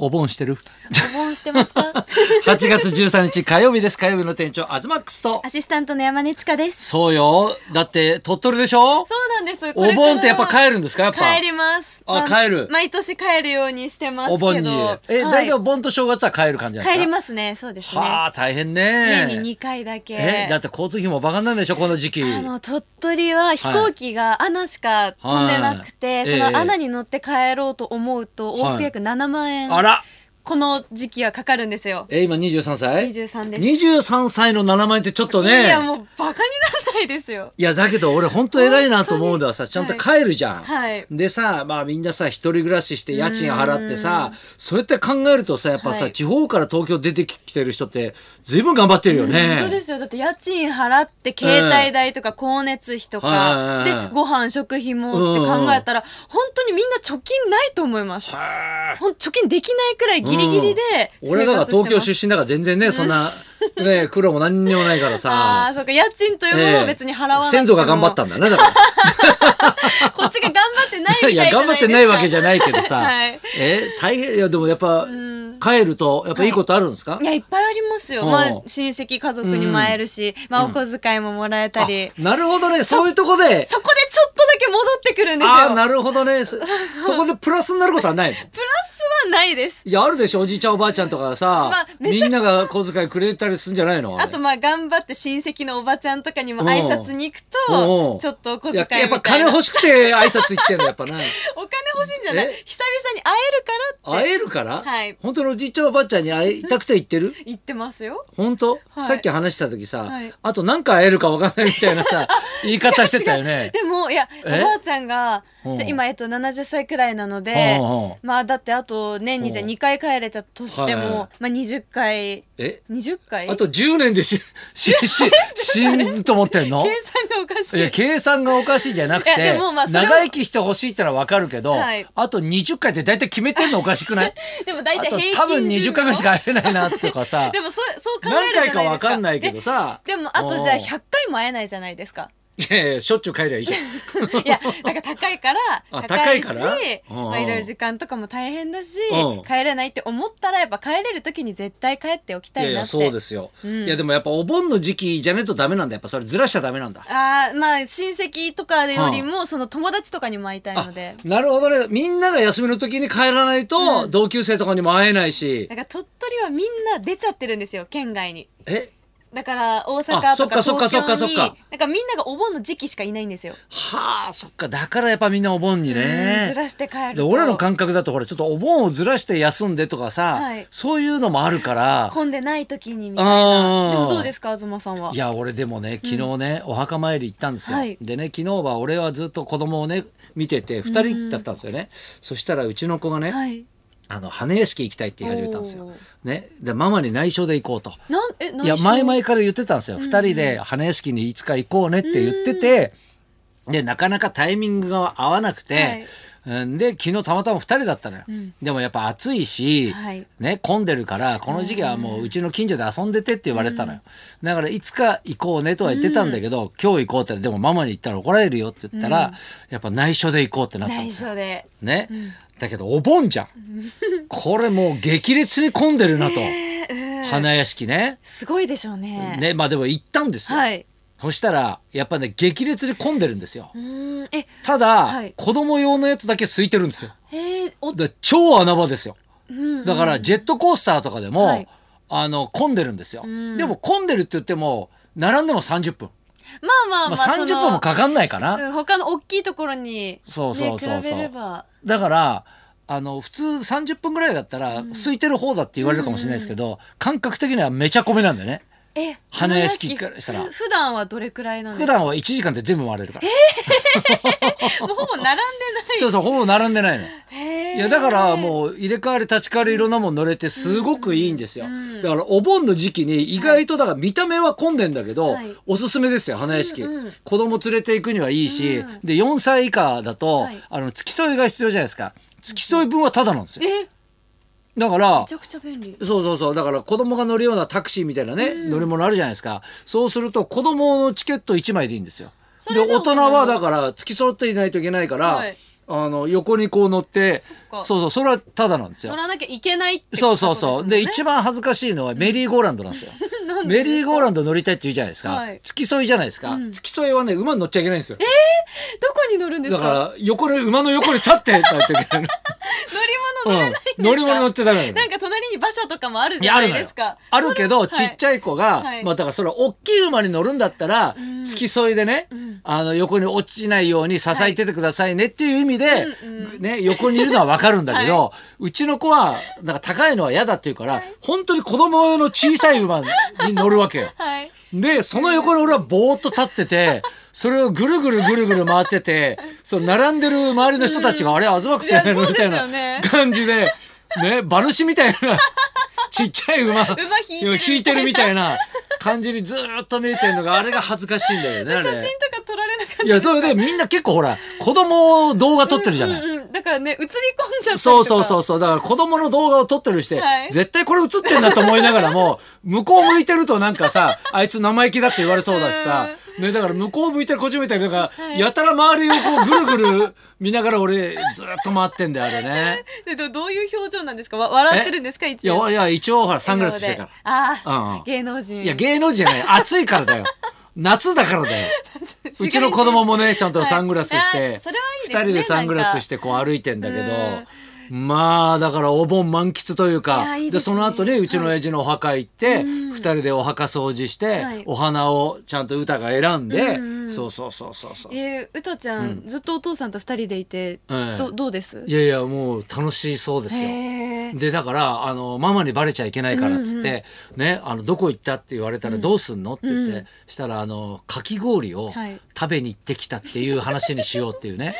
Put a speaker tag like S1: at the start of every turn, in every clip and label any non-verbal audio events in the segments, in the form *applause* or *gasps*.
S1: お盆してる
S2: お盆してますか
S1: ?8 月13日火曜日です。火曜日の店長、アズマックスと。
S2: *laughs* アシスタントの山根千佳です。
S1: そうよ。だって、鳥取でしょ
S2: そうなんです。
S1: お盆ってやっぱ帰るんですかやっぱ。
S2: 帰ります。
S1: あ
S2: ま
S1: 帰る
S2: 毎年帰るようにしてますけど。
S1: お盆に。え、
S2: はい
S1: 大体お盆と正月は帰る感じなんですか
S2: 帰りますね。そうです
S1: は
S2: ね。
S1: あ、大変
S2: 年に
S1: ね。
S2: 2回だけ。
S1: え、だって交通費もバカになるでしょこの時期。
S2: あの鳥取は飛行機がアナしか飛んでなくて、
S1: はい
S2: そ
S1: ええ
S2: のアナに乗って帰ろうと思うと往復約7万円、
S1: あら。
S2: この時期はかかるんですよ。
S1: え、今23歳
S2: 23です
S1: 23歳の7万円ってちょっとね。
S2: いやもうバカにならないですよ。
S1: いやだけど俺本当偉いなと思うのはさちゃんと帰るじゃん。
S2: はい
S1: でさまあみんなさ一人暮らしして家賃払ってさそうやって考えるとさやっぱさ、
S2: はい
S1: 地方から東京出てきてる人って随分頑張ってるよね。
S2: 本当ですよだって家賃払って携帯代とか光熱費と
S1: は
S2: か、
S1: いはいはい
S2: でご飯食費もって考えたら、本当にみんな貯金ないと思います
S1: はあ
S2: ほん貯金できないくらいギリギリで
S1: 俺
S2: 生
S1: だから
S2: 活してます、
S1: 東京出身だから全然ねそんな、ね、苦労も何にもないから
S2: あ *laughs* あ
S1: さ。
S2: ーそうか家賃というものを別に払わなくても、
S1: 先祖が頑張ったんだねだから。
S2: *laughs* こっちが頑張ってないみたい
S1: い
S2: じゃな
S1: や
S2: いですか
S1: 頑張ってないわけじゃないけどさ、
S2: はい
S1: え大変いやでもやっぱ帰るとやっぱいいことあるんですか、
S2: いやいっぱいありますよ、
S1: うん
S2: まあ、親戚家族にも会えるし、まあ、お小遣いももらえたり、
S1: あなるほどねそういうとこで
S2: そこでちょっとだけ戻ってくるんですよ
S1: ああなるほどねそそこでプラスになることはないの
S2: *laughs* プラスはないです
S1: いやあるでしょおじいちゃんおばあちゃんとかさ、
S2: まあめちゃくちゃ
S1: みんなが小遣いくれたりするんじゃないの
S2: あとまあ頑張って親戚のおばちゃんとかにも挨拶に行く
S1: うんうん
S2: とちょっとお小
S1: い
S2: 遣い
S1: や
S2: みたいな
S1: やっぱ金欲しくて挨拶行ってんのやっぱ
S2: *laughs*
S1: な
S2: お金欲しいんじゃない
S1: え
S2: 久々に会えるからって
S1: 会えるから、
S2: はい
S1: 本当のおじいちゃんおばあちゃんに会いたくて行ってる
S2: 言ってますよ
S1: 本当、
S2: はい
S1: さっき話した時さ、
S2: はい
S1: あと何回会えるか分かんないみたいなさ言い方してたよ
S2: *laughs*
S1: ね
S2: でもいやお
S1: え
S2: ばあちゃんが
S1: うん
S2: じゃあ今えっと70歳くらいなので
S1: うんうん
S2: まあだってあと年にじゃあ
S1: うん
S2: 2回帰れたとして
S1: はいはいは
S2: もまあ20回
S1: え
S2: 20回
S1: あと10年で *laughs* し、し、し、死ぬと思ってんの
S2: 計算がおかし
S1: いや、
S2: い
S1: 計算がおかしいじゃなくて、
S2: いやでもまあそれは
S1: 長生きしてほしいってのはわかるけど、
S2: はい
S1: あと20回って大体決めてんのおかしくない
S2: でも *laughs* 大
S1: あ
S2: 体
S1: と
S2: 平均
S1: 多分
S2: 寿
S1: 20回ぐ
S2: 命
S1: らいしか会えないなとかさ
S2: で、もそうそう考え
S1: 何
S2: るじゃない
S1: 回
S2: です
S1: か
S2: か
S1: わかんないけど
S2: で
S1: さ。
S2: でもあとじゃあ
S1: うん
S2: 100回も会えないじゃないですか
S1: いやいや、しょっちゅう帰りゃいいじゃん。
S2: *laughs* いや、なんか高いから、
S1: あ
S2: し
S1: 高いからうんうん
S2: まあいろいろ時間とかも大変だし
S1: うん、
S2: 帰れないって思ったら、やっぱ帰れる時に絶対帰っておきた
S1: いや
S2: い
S1: い
S2: な
S1: や、
S2: って。
S1: そうですよ。
S2: うん
S1: いや、でもやっぱお盆の時期じゃねえとダメなんだ。やっぱそれずらしちゃダメなんだ。
S2: ああ、まあ親戚とかよりも、その友達とかにも会いたいので。
S1: なるほどね。みんなが休みの時に帰らないと、同級生とかにも会えないし
S2: だ。から鳥取はみんな出ちゃってるんですよ、県外に。
S1: え
S2: だから大
S1: あ
S2: 阪
S1: そっ
S2: と
S1: か
S2: か
S1: そっか
S2: 東
S1: そっか
S2: 京
S1: そっ
S2: に、
S1: か
S2: なんかみんながお盆の時期しかいないんですよ。
S1: はあ、そっか。だからやっぱみんなお盆にね。
S2: うんずらして帰る
S1: で
S2: と。
S1: 俺らの感覚だとほらちょっとお盆をずらして休んでとかさ、
S2: はい
S1: そういうのもあるから
S2: 混んでない時にみたい
S1: あー
S2: な。でもどうですか、東さんは。
S1: いや俺でもね昨日ね、お墓参り行ったんですよ、
S2: はい
S1: でね昨日は俺はずっと子供をね見てて2人だったんですよね、そしたらうちの子がね、
S2: はい。
S1: あの花屋敷行きたいって言い始めたんです
S2: お
S1: よ
S2: ー、
S1: ね、でママに内緒で行こうと。
S2: なん、え、
S1: いや
S2: 内
S1: 前
S2: 緒
S1: 々から言ってたんですよ、二2人で花屋敷にいつか行こうねって言ってて、でなかなかタイミングが合わなくて、うんで昨日たまたま2人だったのよ、でもやっぱ暑いし、
S2: はい
S1: ね、混んでるからこの時期はもううちの近所で遊んでてって言われたのよ、だからいつか行こうねとは言ってたんだけど、今日行こうってでもママに言ったら怒られるよって言ったら、やっぱ内緒で行こうってなったん
S2: 内
S1: ですよ。
S2: 緒で。
S1: ね、だけどお盆じゃんこれもう激烈に混んでるなと、花屋敷ね。
S2: すごいでしょうね。
S1: ね、まあでも行ったんですよ、
S2: はい。
S1: そしたらやっぱね激烈に混んでるんですよ
S2: うーん。え、
S1: ただ、
S2: はい
S1: 子供用のやつだけ空いてるんですよ
S2: えー、お、
S1: だから超穴場ですよ
S2: うん。
S1: だからジェットコースターとかでも、
S2: はい
S1: あの混んでるんですよ、
S2: ん
S1: でも混んでるって言っても並んでも30分、
S2: まあまあ
S1: ま
S2: ま
S1: あ、
S2: あ、
S1: 30分もかかんないかな、
S2: そのうん、他の大きいところに、
S1: そうそうそうそう
S2: ね、比べれば。
S1: だからあの普通30分ぐらいだったら空いてる方だって言われるかもしれないですけど、感覚的にはめちゃ米なんだよね
S2: え、
S1: 花屋敷からしたら
S2: ふ普段はどれくらいなんで
S1: 普
S2: すか
S1: 段は1時間で全部回れるから、
S2: もうほぼ並んでない。
S1: そうそうほぼ並んでないの
S2: へー
S1: いやだからもう入れ替わり立ち替わりいろんなもん乗れてすごくいいんですよ、だからお盆の時期に意外とだから見た目は混んでんだけど、
S2: はい
S1: おすすめですよ花屋敷、
S2: うんうん
S1: 子供連れて行くにはいいし、
S2: うん
S1: で4歳以下だと、
S2: はい
S1: あの付き添いが必要じゃないですか付き添い分はタダなんですよ
S2: え、め
S1: だから
S2: ちゃくちゃ便利。
S1: そうそうそうだから子供が乗るようなタクシーみたいなね、乗り物あるじゃないですかそうすると子供のチケット1枚でいいんですよ
S2: そ
S1: で
S2: れで
S1: 大
S2: 大
S1: 人
S2: 人
S1: は
S2: は
S1: だから付き添っていないといけないから、
S2: はい
S1: あの横にこう乗って
S2: っ
S1: そう
S2: か
S1: そうそれはただなんですよ
S2: 乗。らなきゃいけないって
S1: そうそうそう。で、一
S2: 応
S1: 番恥ずかしいのはメリーゴーランドなんですよ。メリーゴーランド乗りたいって言うじゃないですか。
S2: はい
S1: 付き添いじゃないですか。
S2: うん
S1: 付き添いはね、馬に乗っちゃいけないんですよ。
S2: どこに乗るんです
S1: だ
S2: か
S1: から、横で、馬の横に立って、立っていけない
S2: *laughs* 乗り物乗らないんですか、
S1: うん乗り物乗っちゃダメなの
S2: なんか隣に馬車とかもある
S1: い
S2: じ
S1: や
S2: ゃ
S1: あ
S2: な
S1: る
S2: い
S1: の
S2: で
S1: よ
S2: すか。
S1: あるけど、ちっち
S2: ゃい。
S1: ゃい子が、
S2: はい
S1: まあだからそれは大きい馬に乗るんだったら、
S2: ん
S1: 付き添いでね、
S2: ん
S1: あの横に落ちないように支えててくださいねっていう意味で、
S2: うんうん
S1: ね、横にいるのはわかるんだけ
S2: *laughs*
S1: ど、うちの子は、なんか高いのは嫌だっていうから、本当に子供用の小さい馬に乗るわけよ。
S2: はい。
S1: で、その横に俺はぼーっと立ってて、それをぐるぐるぐるぐる回ってて、その並んでる周りの人たちが、あれ、あずまくしやめ
S2: いや
S1: る
S2: そう
S1: み
S2: です
S1: たい
S2: よね
S1: な感じで、ね、馬主み
S2: *laughs*
S1: たいな、ちっちゃい馬、
S2: 馬引いてるみたいな
S1: 引いてるみたいな感じにずーっと見えてるのが、あれが恥ずかしいんだよね、あ
S2: 写真
S1: れ。
S2: とか撮られなかった。
S1: いや、それでみんな結構ほら、子供を動画撮ってるじゃない。
S2: うんうんうんだからね、映り込んじゃったりと *laughs* か。。
S1: そうそうそううそう。だから子供の動画を撮ってるして、
S2: はい
S1: 絶対これ映ってんだと思いながら
S2: *laughs*
S1: も、向こう向いてるとなんかさ、あいつ生意気だって言われそうだしさ、ね、だから向こう向いてるこっち向いてる、なんか、
S2: はい
S1: やたら周りをこうぐるぐる見ながら俺、ずっと回ってんだよ、あれ
S2: *laughs*
S1: ね。
S2: でどどういう表情なんですかわ笑ってるんですか
S1: い
S2: 一
S1: や、
S2: 応。
S1: 俺いや一応ほら、サングラスしてるか
S2: 笑顔であ
S1: うん
S2: あ、
S1: うん
S2: 芸能人。
S1: ら。い
S2: *laughs*
S1: や、芸能人じゃない。暑いからだよ。夏だからだよ。うちの子供もね、ちゃんとサングラスして、
S2: はいあそれはいいです
S1: 二
S2: ね
S1: 人でサングラスしてこう歩いてんだけど
S2: なんか、
S1: まあ、だからお盆満喫という
S2: いや
S1: か、
S2: いい
S1: で、
S2: です
S1: そ
S2: ね
S1: の後ね、うちの親父のお墓行って、
S2: うん
S1: 二人でお墓掃除して、
S2: はい
S1: お花をちゃんと歌が選んで、
S2: うんうん
S1: そうそうそうそうそう。
S2: えー、うたちゃん、ずっとお父さんと二人でいて、
S1: ええ
S2: どどうです
S1: いやいや、もう楽しそうですよ。
S2: へー
S1: でだからあのママにバレちゃいけないからっつって、ね、あのどこ行ったって言われたらどうすんのって言って、
S2: うん
S1: したらあのかき氷を
S2: はい
S1: 食べに行ってきたっていう話にしようっていうね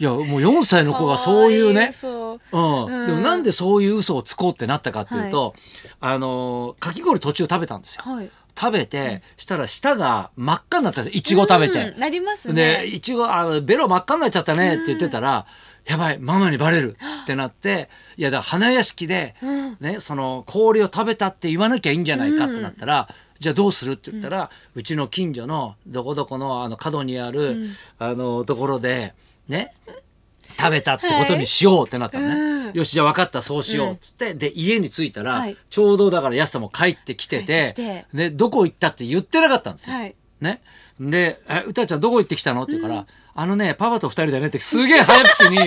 S1: いやもう4歳の子がそういう
S2: かわ
S1: ね
S2: そ
S1: う
S2: う
S1: ん
S2: うん
S1: でもなんでそういう嘘をつこうってなったかっていうと、あのかき氷途中食べたんですよ。
S2: はい。
S1: 食べて、したら舌が真っ赤になったんですよいちご食べて。
S2: うんなりますね。
S1: で、いちご、あの、ベロ真っ赤になっちゃったねって言ってたら、やばい、ママにバレ
S2: *gasps*
S1: るってなって、いや、だから花屋敷で、
S2: うん
S1: ね、その、氷を食べたって言わなきゃいいんじゃないかってなったら、じゃあどうするって言ったら、うちの近所の、どこどこの、あの、角にある、あの、ところで、ね、食べたってことにしようってなったのね。
S2: うん
S1: よし、じゃあ分かった、そうしようっつって、で、家に着いたら、
S2: はい
S1: ちょうどだから安さんも帰ってきてて、
S2: 帰ってき
S1: ね、どこ行ったって言ってなかったんですよ。
S2: はい
S1: ね。で、え、うたちゃんどこ行ってきたのって言うから、あのね、パパと二人だねってすげえ早口に、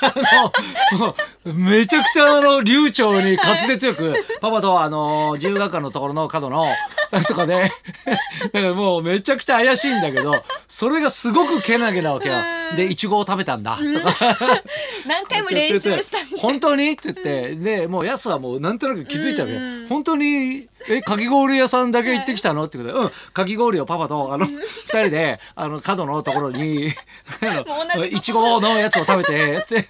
S1: あのもう、めちゃくちゃあの、流暢に滑舌よく、パパとあの、自由学館のところの角の、なんとかで、なんかもうめちゃくちゃ怪しいんだけど、それがすごくけなげなわけよ。で、いちごを食べたんだ、とか。
S2: 何回も練習したみたい
S1: 本当にって言って、で、もうやすはもうなんとなく気づいたわけよ。
S2: うんうん
S1: 本当に、え、かき氷屋さんだけ行ってきたのってことで、うん、かき氷をパパと、あの、二人で、あの、角のところに、あ
S2: 同じ
S1: の
S2: こと
S1: いちごのやつを食べて、って、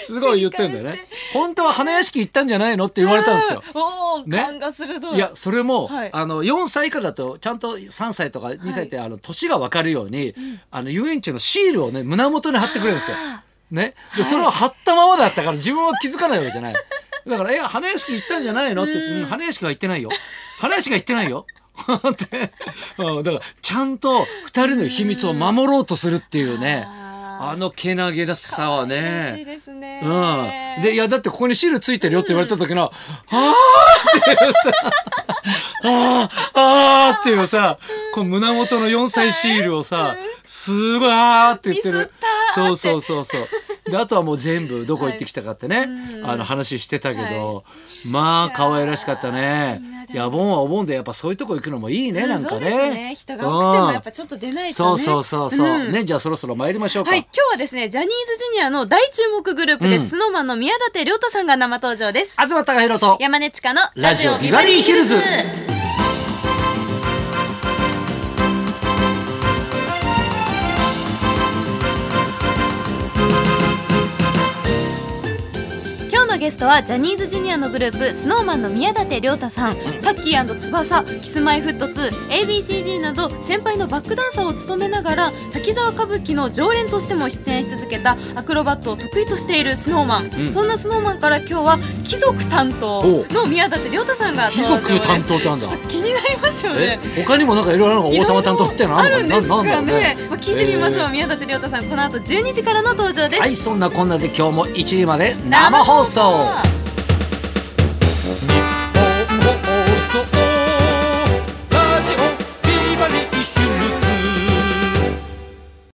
S1: すごい言ってんだよね。本当は花屋敷行ったんじゃないのって言われたんですよ。
S2: おお、
S1: ね
S2: 感が鋭い。
S1: いやそれも、
S2: はい
S1: あの4歳以下だとちゃんと3歳とか2歳って、あの年が分かるように、あの遊園地のシールをね胸元に貼ってくれるんですよ。ね、でそれを貼ったままだったから自分は気づかないわけじゃない。だから「え花屋敷行ったんじゃないの?」って言ってうん「花屋敷は行ってないよ花屋敷は行ってないよ」 *laughs* って、うん、だからちゃんと2人の秘密を守ろうとするっていうね
S2: あ
S1: あのけなげなさは
S2: ー
S1: ね。
S2: 嬉しいですね。
S1: うん。で、いや、だってここにシールついてるよって言われた時の、あーって言うさ、あー、あーっていうさ、こう胸元の4歳シールをさ、すごいあーって言って
S2: ミスっ
S1: る
S2: たーっ。て
S1: そうそうそうそう。で、あとはもう全部どこ行ってきたかってね、
S2: うん
S1: あの話してたけど、まあ可愛らしかったね
S2: いやー。
S1: いや、お盆はお盆でやっぱそういうとこ行くのもいいね、
S2: うん
S1: なんか
S2: そう
S1: ね。
S2: ですね。人が多くてもやっ
S1: う
S2: ぱ
S1: ん
S2: ちょっと出ないとね。
S1: そうそうそうそう。
S2: ん
S1: ね、じゃあそろそろ参りましょうか。
S2: はい、今日はですね、ジャニーズジュニアの大注目グループで
S1: うん
S2: す、スノーマンの宮舘涼太さんが生登場です。
S1: 東貴弘と
S2: 山根千佳の
S1: ラジオビバリーヒルズ
S2: 今日ののゲストはジャニーズジュニアのグループスノーマンの宮舘涼太さんタッキー翼キスマイフット 2ABCG など先輩のバックダンサーを務めながら滝沢歌舞伎の常連としても出演し続けたアクロバットを得意としているスノーマン、
S1: うん
S2: そんなスノーマンから今日は貴族担当の宮舘涼太さんが
S1: 貴
S2: 登場です
S1: 族担当ってなんだ
S2: ちょっと気になりますよ
S1: え
S2: ね
S1: 他にもなんかいろいろなんか王様担当みたいなの
S2: あ
S1: の
S2: るんです
S1: な
S2: か
S1: なんだろう
S2: ね。まあ聞いてみましょう、
S1: えー
S2: 宮舘涼太さんこの後12時からの登場です、
S1: はいそんなこんなで今日も1時まで生放送
S2: 生放送